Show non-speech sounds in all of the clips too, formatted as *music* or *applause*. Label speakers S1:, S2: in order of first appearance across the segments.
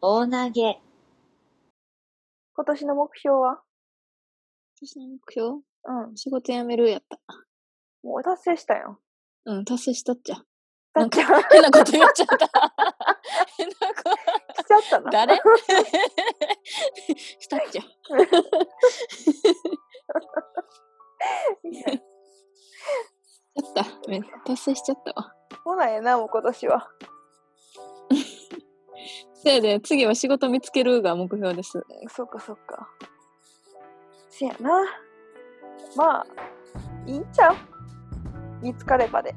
S1: 大投げ。
S2: 今年の目標は
S3: 私の目標
S2: うん。
S3: 仕事辞めるやった。
S2: もう達成したよ。
S3: うん、達成したっちゃ。
S2: だ
S3: な
S2: っ
S3: ん
S2: ちゃん、
S3: 変なこと言っちゃった。変なこ
S2: 来ちゃったな。
S3: と。誰したっちゃ。やった。め達成しちゃったわ。
S2: 来ないやな、もう今年は。
S3: せやで、次は仕事見つけるが目標です。
S2: そっかそっか。せやな。まあ、いいんちゃう見つかればで。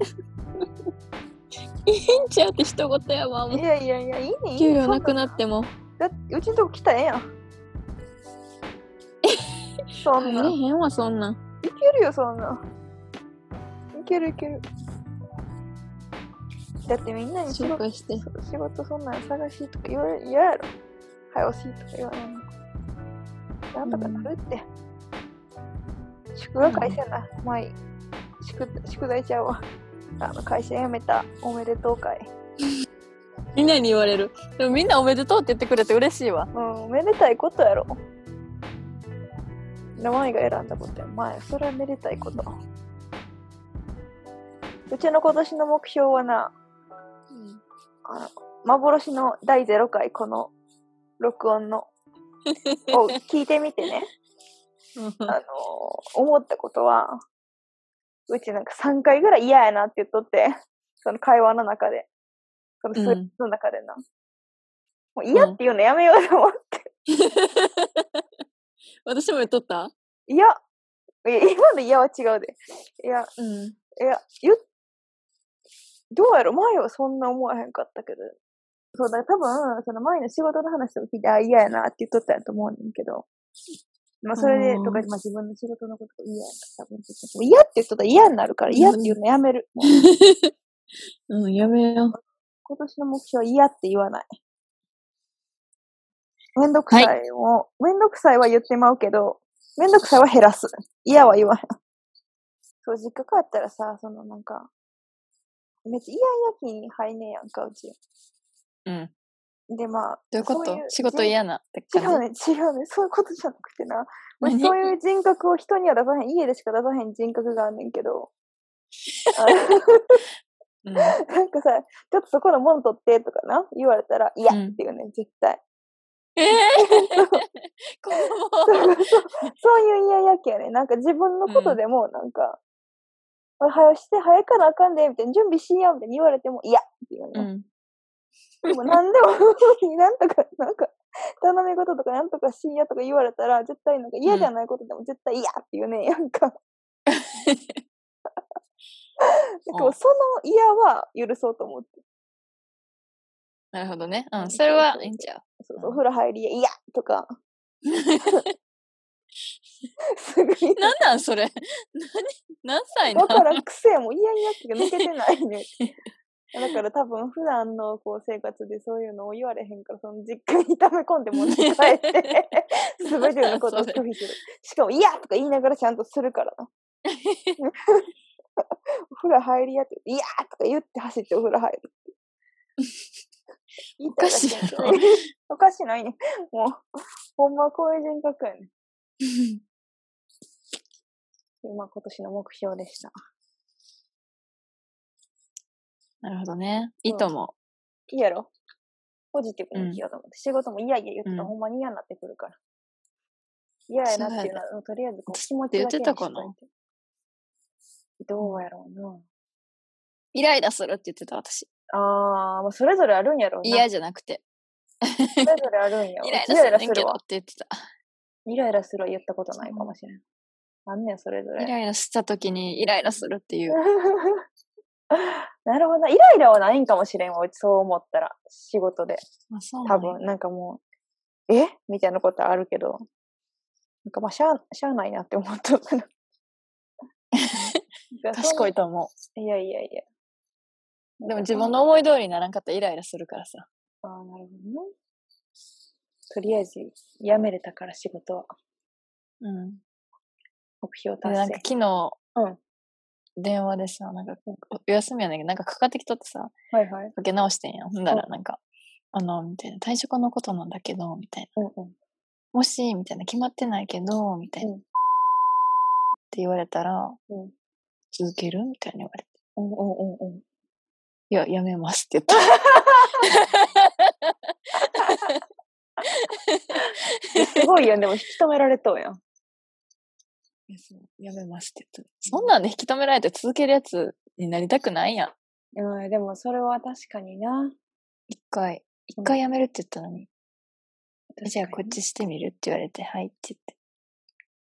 S3: いいんちゃうって人事やわ。も
S2: いうやいやいや、いいね。いい
S3: 給
S2: ね
S3: 料なくなっても。
S2: だってうちのとこ来たらええやん。そん
S3: 入
S2: な
S3: れ
S2: ん。い
S3: へんわ、そんなん。
S2: けるよ、そんなん。いけるいける。だってみんなに仕
S3: 紹
S2: 事
S3: 介して。
S2: 仕事そんなん探しとか言われ嫌やろ。早押しとか言われんの。なんとかなるって。宿は会社な。前、宿宿題ちゃうわ。あの会社辞めたおめでとう会。
S3: みんなに言われる。でもみんなおめでとうって言ってくれて嬉しいわ。
S2: うん、めでたいことやろ。名前が選んだことや。前、それはめでたいこと。うちの今年の目標はな、あの幻の第0回、この録
S3: *laughs*
S2: 音の、を聞いてみてね、あのー思ったことは、うちなんか3回ぐらい嫌やなって言っとって、その会話の中で、その数
S3: うん
S2: の中でな。もう嫌って言うのやめようと思って
S3: 私も言っとった
S2: いや、いや今の嫌は違うで。いや、
S3: うん。
S2: いや、言っどうやろ前はそんな思わへんかったけど。そうだ、多分、その前の仕事の話とか聞いて、あ、嫌やなって言っとったんやと思うねんけど。まあ、それで、
S3: うん
S2: とか、まあ自分の仕事のことが嫌やな、多分。もう嫌って言っとったら嫌になるから、嫌って言うのやめる。もう
S3: うん、やめよう。
S2: 今年の目標は嫌って言わない。めんどくさいを、めんどくさいは言ってまうけど、めんどくさいは減らす。嫌は言わへん。そう、実家帰ったらさ、そのなんか、めっちゃ嫌々期に入んねえやんか、うち。
S3: うん。
S2: で、まあ、
S3: どういうこと
S2: そい
S3: 仕事
S2: 人
S3: 嫌なって
S2: 違
S3: 感じ
S2: うね、違うね、そういうことじゃなくてな。まあ、
S3: 何
S2: そういう人格を人には出さへん、家でしか出さへん人格があん *laughs* ねんけど。あ
S3: *laughs* うん
S2: なんかさ、ちょっとそこのもの取ってとかな、言われたら、いや
S3: うん
S2: っていうね、絶対。
S3: *laughs* ええ子
S2: そ
S3: 供
S2: うそう *laughs* そういう嫌やけやね。なんか自分のことでも、なんか、おい早うして、早かなあかんで、みたいな、準備しやんみたいに言われても、いやっていう
S3: う
S2: ね。
S3: ん。
S2: でも何でも、 *laughs* なんとか、なんか、頼み事とかなんとかしいやとか言われたら、絶対なんか嫌じゃないことでも絶対嫌っていうね、やんか。だから *laughs* その嫌は許そうと思って。
S3: なるほどね。うん、それはいいんちゃう。
S2: そうそう、お風呂入りや、いやと *laughs* か。すぐに。
S3: なんなんそれ *laughs* 何何歳な
S2: わ
S3: の
S2: からん癖もいやいやって抜けてない
S3: *laughs*
S2: ね。だから多分普段のこう生活でそういうのを言われへんから、その実家に溜め込んで持って帰
S3: *laughs*
S2: って、すべてのことを拒否する。しかも、いやとか言いながらちゃんとするからな。お風呂入りやって、いやとか言って走ってお風呂入る。
S3: *laughs* おかしいやろ。
S2: おかしないね。もう、ほんまこういう人
S3: *laughs*
S2: 格やね。今今年の目標でした。
S3: なるほどね。いいと思
S2: いいやろポジティブに生きようと思って、仕事もいやいや言ってたら
S3: うん
S2: ほんまに嫌になってくるから。嫌やなっていうのは、うんとりあえずこう気持ちだけ
S3: って言ってたかな
S2: にしといてどうやろうな。
S3: う。イライラするって言ってた私。
S2: あー、まあ、それぞれあるんやろうな。
S3: 嫌じゃなくて。。
S2: それぞれあるんや
S3: イライ
S2: う
S3: ラするね
S2: ち
S3: んけどっ
S2: わ。
S3: て言ってた。
S2: イライラするは言ったことないかもしれん。あんねん、それぞ
S3: イ
S2: れ。
S3: ライラした時にイライラするっていう。
S2: *laughs* なるほどな。イライラはないんかもしれんわ。うちそう思ったら。仕事で。
S3: まあ、そうな
S2: 多
S3: んや
S2: 分、なんかもう、えみたいなことあるけど、なんかまあ、しゃあ、しゃあないなって思っ
S3: *laughs*
S2: とったな。
S3: 賢いと思
S2: い。いやいやいや。
S3: う。でも自分の思い通りにならんかったらイライラするからさ。
S2: ああ、なるほどね。とりあえず、辞めれたから仕事は、
S3: うん。
S2: 目標
S3: で
S2: 達
S3: なんか
S2: 成。
S3: 昨日、
S2: うん
S3: 電話でさ、なんかおお休みやねんけど、なんかかかってきとってさ、
S2: はいはい。
S3: かけ直してんやん。ほんだらなんか、あの、みたいな、退職のことなんだけど、みたいな。
S2: うんうん。
S3: もし、みたいな、決まってないけど、みたいな。
S2: うん
S3: って言われたら、
S2: うん
S3: 続けるみたいに言われて。
S2: うんうんうんうん。
S3: いや、やめますって言っ
S2: すごいやん、でも引き止められとう
S3: *laughs*
S2: やん。
S3: た。やめますって言った。そんなんで引き止められて続けるやつになりたくないやん。
S2: うん、でもそれは確かにな。
S3: 一回、一回やめるって言ったのに、じゃあ
S2: 確か
S3: こ
S2: に
S3: っちしてみるって言われて、はいって言って。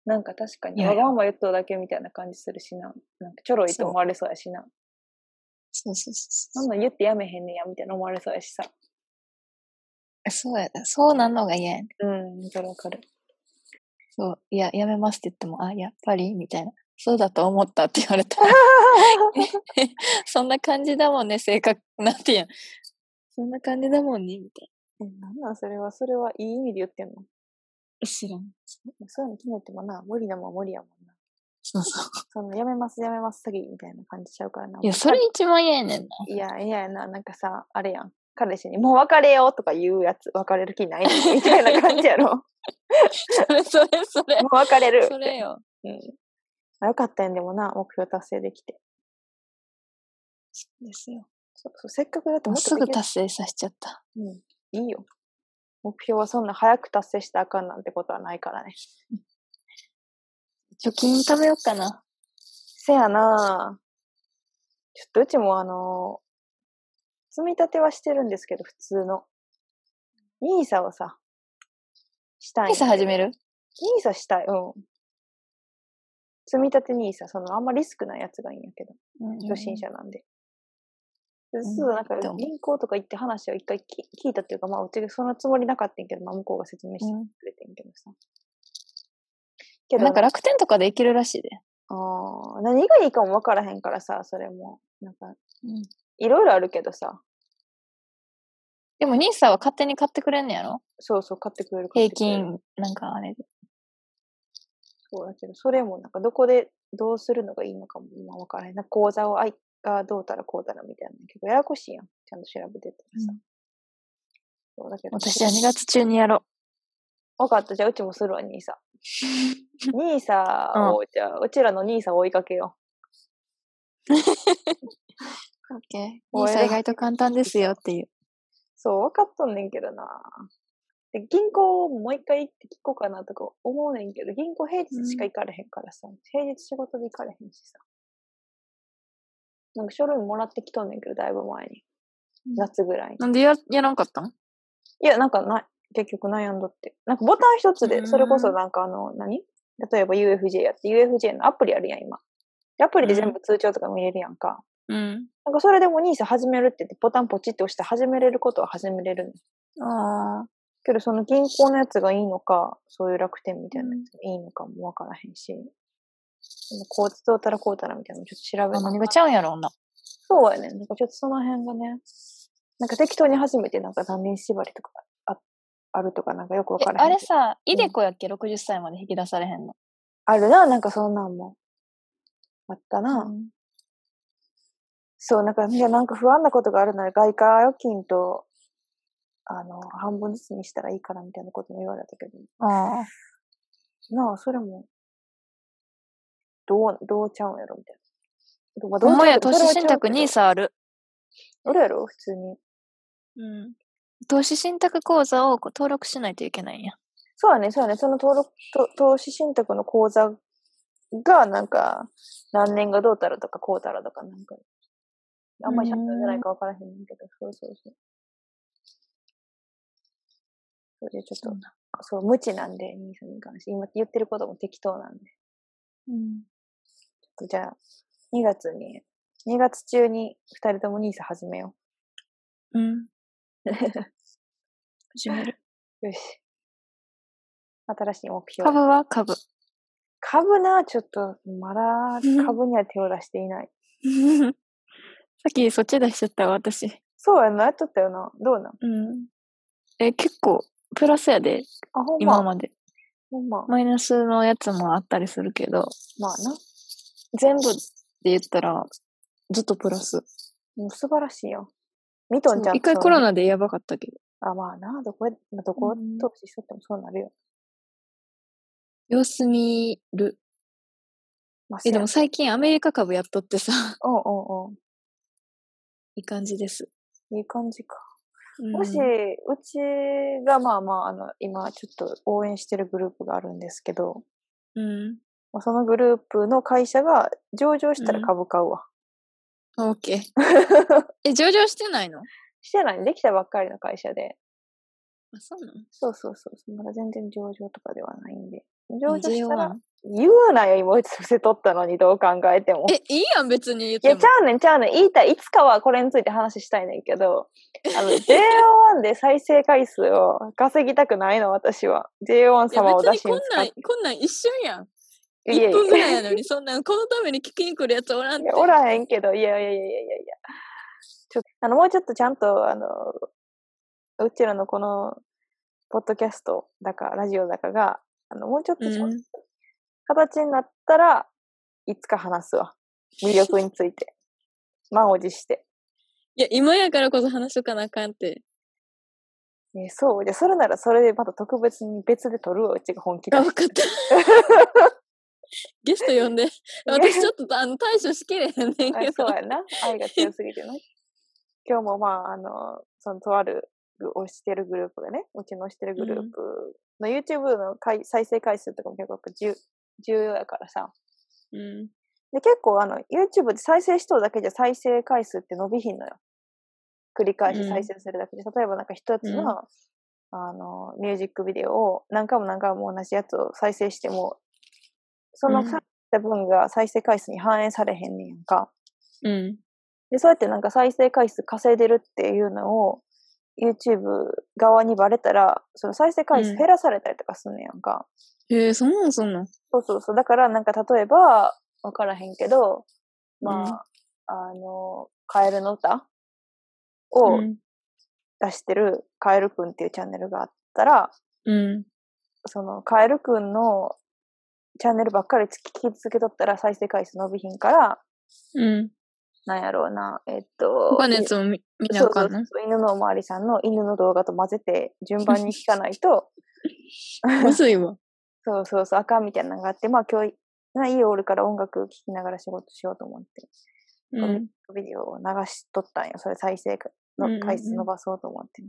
S2: なんか確かに、
S3: いや
S2: わがまま言っとうだけみたいな感じするしな。なんかちょろいと思われそうやしな。
S3: そうそうそう
S2: そん
S3: そう。
S2: なん言ってやめへんねや、みたいな思われそうやしさ。
S3: そうやな。そうなんのが嫌やねん。
S2: うん、わかるわか
S3: *laughs*
S2: る。
S3: そう、いや、やめますって言っても、あ、やっぱりみたいな。そうだと思ったって言わ *laughs* れた。そんな感じだもんね、性格。なんて言うん。そんな感じだもんね、みたい
S2: え、なんなんそれは、それはいい意味で言ってんの
S3: な。知らん。
S2: そういうの決めてもな、無理なもんは無理やもんな。
S3: そうそう。
S2: その、やめます、やめます、詐欺みたいな感じちゃうからな。
S3: いや、それ一番嫌やねんな。
S2: いや、いややな、なんかさ、あれやん。彼氏に、もう別れようとか言うやつ、別れる気ない
S3: *laughs*
S2: のみたいな感じやろ。も
S3: *laughs* それ、それ、そ *laughs* れ。
S2: う別れる。
S3: それよ。
S2: うん。あよかったやん、でもな、目標達成できて。
S3: ですよ。
S2: そうそうせっかくだって
S3: もうすぐ
S2: 達
S3: 達成させちゃった。
S2: うん。いいよ。目標はそんな早く達成したらあかんなんてことはないからね。
S3: 貯金貯めようかな。
S2: せやなぁちょっとうちもあのー積み立てはしてるんですけど、普通の。ニーサをさ、したい。
S3: ニーサ始める
S2: ニーサしたい、うん。積み立てニーサ、その、あんまリスクないやつがいいんやけど、初心者なんで。でそう、なんか
S3: でも
S2: 銀行とか行って話を一回き聞いたっていうか、まあ、うちがそのつもりなかったんやけど、まあ、向こうが説明
S3: う
S2: して
S3: ん。
S2: くれてんけどさ。けど
S3: なんか楽天とかでいけるらしいで。
S2: あー何がいいかも分からへんからさ、それも。なんか、
S3: うん。
S2: いろいろあるけどさ、
S3: でも、ニーサは勝手に買ってくれんねやろ
S2: そうそう、買ってくれる買っ
S3: 平
S2: てくれる
S3: 均、なんかあれで。
S2: そうだけど、それもなんか、どこでどうするのがいいのかも、まあ、分からへん。なんか、口座をあいがどうたらこうたらみたいな。結構ややこしいやん。ちゃんと調べてったらさ。
S3: うん
S2: そうだけど
S3: 私は2月
S2: *laughs*
S3: 中にやろ
S2: 分かった、じゃあうちもするわ、兄さ
S3: *laughs*
S2: ん。兄さんを、じゃあ、うちらの兄さんを追いかけよ
S3: う。オッケー。
S2: お
S3: ニー
S2: 偉い
S3: サ意外と簡単ですよっていう。
S2: う。そう、分かっとんねんけどな。で銀行もう一回行って聞こうかなとか思うねんけど、銀行平日しか行かれへんからさ、平日仕事で行かれへんしさ。なんか書類もらってきとんねんけど、だいぶ前に。
S3: うん
S2: 夏ぐらいに。
S3: なんでや、やらんかったん
S2: いや、なんかない。結局悩んどって。なんかボタン一つ
S3: う
S2: で、
S3: ん
S2: それこそなんかあの、何例えば UFJ やって、UFJ のアプリあるやん、今。でアプリで全部通帳とか見れるやんか。
S3: うん。
S2: なんかそれでも兄さん始めるって言って、ボタンポチって押して始めれることは始めれるの。
S3: ああ。
S2: けどその銀行のやつがいいのか、そういう楽天みたいなやつがいいのかもわからへんし。そのこうどうたらこうたらみたいなのちょっと調べ
S3: 何
S2: て。
S3: がちゃうんやろうな。
S2: そうやねん。なんかちょっとその辺がね、なんか適当に始めて、なんか断念縛りとかああるとかなんかよくわ
S3: え
S2: からへんけど。
S3: あれさ、イデコやっけ、60歳まで引き出されへんの。
S2: あるな、なんかそんなんも。あったな。
S3: うん
S2: そう、なんか、いや、なんか不安なことがあるなら、外貨預金と、あの、半分ずつにしたらいいからみたいなことも言われたけど、
S3: ああ。
S2: なあ、それも、どう、どうちゃうんやろみたいな。まあどう
S3: ほんまや、
S2: ち
S3: 投
S2: ゃうけど
S3: 資信託ニー。サある。
S2: それはちゃうけどあるやろ普通に。
S3: うん。投資信託口座をこう登録しないといけないんや。
S2: そうやね、そうやね。その登録、と投資信託の口座が、なんか、何年がどうたらとかこうたらとか、なんか、あんまりちゃんと読んでないか分からへんねんけど、そうそうそう。それでちょっと、そう、無知なんで、兄さんに関して、今言ってることも適当なんで、
S3: うん。
S2: ちょっとじゃあ、2月に、2月中に2人とも兄さん始めよ
S3: うん。
S2: *laughs*
S3: 始める。
S2: う。よし。新しい目標。
S3: 株は株。
S2: 株な、ちょっと、まだ *laughs* 株には手を出していない。
S3: *laughs* さっきそっち出しちゃったわ、私。
S2: そうやな、やっとったよな。どうなん
S3: うん。え、結構、プラスやで、
S2: あ、ほん
S3: 今
S2: ま。
S3: まで。
S2: ほんま。
S3: マイナスのやつもあったりするけど、
S2: まあな。
S3: 全部で言ったら、ずっとプラス。
S2: もう素晴らしいよ。ミトンちゃん
S3: 一回コロ
S2: ナ。
S3: ナでやばかったけど。
S2: あ、まあな、どこへ、まあ、どこを
S3: うん
S2: 投資しとってもそうなるよ。
S3: 様子見る。
S2: まあ、
S3: え、でも
S2: せ
S3: 最近アメリカ株やっとってさ、 *laughs*
S2: やな、うんうん
S3: いい感じです。
S2: うん。いい感じか。
S3: うん
S2: もし、うちがまあまあ、あの、今ちょっと応援してるグループがあるんですけど、
S3: うん。
S2: まあそのグループの会社が上場したら株買うわ。
S3: オッ
S2: *laughs*
S3: ケー。え、上場してないのあ、
S2: してない、できたばっかりの会社で。
S3: そうなの
S2: そうそうそう。まだ全然上場とかではないんで。上場したら
S3: JO1、
S2: 言うなよ、今伏せとったのに、どう考えても。
S3: え、いいやん、別に言っ
S2: い
S3: て
S2: や、
S3: も
S2: ち。ゃうねん、ちゃうねん。言いたい。いつかはこれについて話したいねんけど、
S3: *laughs*
S2: あの、JO1 で再生回数を稼ぎたくないの、私は。JO1
S3: いや
S2: 様を
S3: 別
S2: 出
S3: に
S2: し
S3: こん
S2: に使
S3: な
S2: っ
S3: ん、こんなん一瞬やん。
S2: いや
S3: 1
S2: い
S3: 分ぐ
S2: や
S3: らいやのに、そんなん、このために聞きに来るやつおらん
S2: い
S3: って
S2: や。おらへんけど、いやいやいやいやいやいや。ちょっと、あの、もうちょっとちゃんと、あの、うちらのこの、ポッドキャストだか、ラジオだかが、あの、もうちょっとちゃんと
S3: うん
S2: 形になったら、いつか話すわ。魅力につい
S3: *laughs*
S2: て。満を持して。
S3: いや、今やからこそ話しとかなあかんって。
S2: えーそう。じゃあそれならそれでまた特別に別で撮るわ、うちが本気で
S3: あ、。分か
S2: *laughs*
S3: った。ゲスト呼んで。私ちょっと、あの、対処しきれへんねんけど。
S2: あそうやな。愛が強す
S3: *laughs*
S2: ぎてね。今日もまあ、あの、そのとある推してるグループがね、うちの推してるグループの YouTube の回再生回数とかも結構重重要やからさ。
S3: うん。
S2: で、結構あの、YouTube で再生しとるだけじゃ再生回数って伸びひんのよ。繰り返し再生するだけで。例えばなんか一つの、
S3: うん
S2: あの、ミュージックビデオを何回も何回も同じやつを再生しても、その
S3: うん
S2: 再生した分が再生回数に反映されへんねんやんか。
S3: うん。
S2: で、そうやってなんか再生回数稼いでるっていうのを YouTube 側にバレたら、その再生回
S3: う
S2: 数
S3: ん
S2: 減らされたりとかすんねやんか。
S3: へえ、そんなんそんなん。
S2: そうそうそう。だからなんか例えば、わからへんけど、
S3: う
S2: ま
S3: ん
S2: あ、あの、カエルの歌を
S3: うん
S2: 出してるカエルくんっていうチャンネルがあったら、
S3: うん。
S2: そのカエルくんのチャンネルばっかり聞き続けとったら再生回数伸びひんから、
S3: うん。
S2: なんやろうな、えっと。
S3: 他のやつも見見な
S2: そ
S3: あ
S2: うそ
S3: か
S2: うん
S3: の
S2: そう犬のおまわりさんの犬の動画と混ぜて順番に聞かない
S3: *laughs*
S2: と
S3: むずいわ。
S2: そうそうそうあかんみたいなのがあってまあ今日な家おるから音楽聴きながら仕事しようと思って
S3: うん。
S2: ビデオを流しとったんよそれ再生回
S3: うんうんう
S2: の
S3: ん
S2: 回数伸ばそうと思って、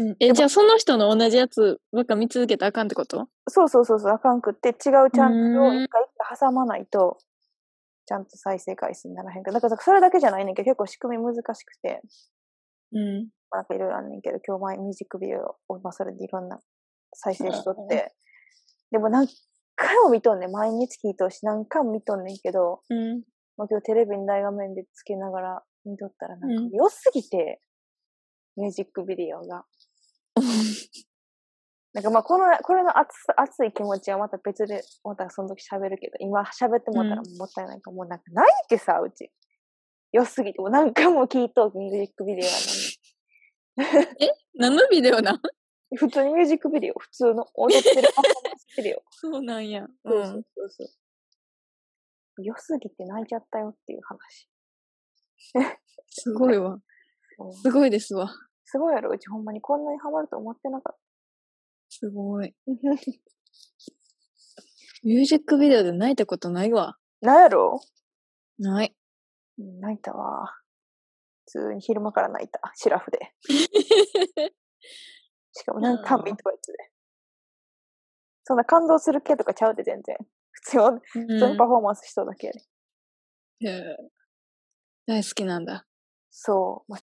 S3: うんえ、じゃあその人の同じやつばっか見続けたらあかんってこと
S2: そうそうそうそうあかんくって違うチャンネルを一回一回挟まないとちゃんと再生回数にならへんからだからそれだけじゃないねんけど結構仕組み難しくて
S3: うん。
S2: まあなんかいろいろあんねんけど、今日前ミュージックビデオを、まあ、それでいろんな再生しとって、でも何回も見とんねん。毎日聴いとうし、何回も見とんねんけど、
S3: うん。 *laughs*
S2: まあ、今日テレビに大画面でつけながら見とったら、なん
S3: うん
S2: か良すぎて、ミュージックビデオが。なんかまあこの、これの熱さ熱い気持ちはまた別で、またその時喋るけど、今喋ってもらったらもったいないから、もうなんかないってさ、うち。良すぎて、もう何回も聴いとうミュージックビデオやのに。
S3: 何の *laughs* ビデオなん
S2: 普通にミュージックビデオ、普通の踊ってるパフォーマンスビデオ。
S3: そうなんや。
S2: そう
S3: う
S2: そ
S3: ん
S2: う。そうそう。良すぎて泣いちゃったよっていう話。
S3: すごいわ。
S2: うん
S3: すごいですわ。
S2: すごいやろ、うちほんまにこんなにハマると思ってなかっ
S3: すごい。
S2: た。 *laughs*
S3: ミュージックビデオで泣いたことないわ。
S2: なんやろ
S3: ない。
S2: うん泣いたわ。普通に昼間から泣いた、シラ
S3: *laughs*
S2: フで。しかも何単品とかやつで。そんな感動する系とかちゃうで全然。普通の、
S3: うん
S2: 普通にパフォーマンスしとうだけやで。
S3: へえ大好きなんだ。
S2: そう。まあ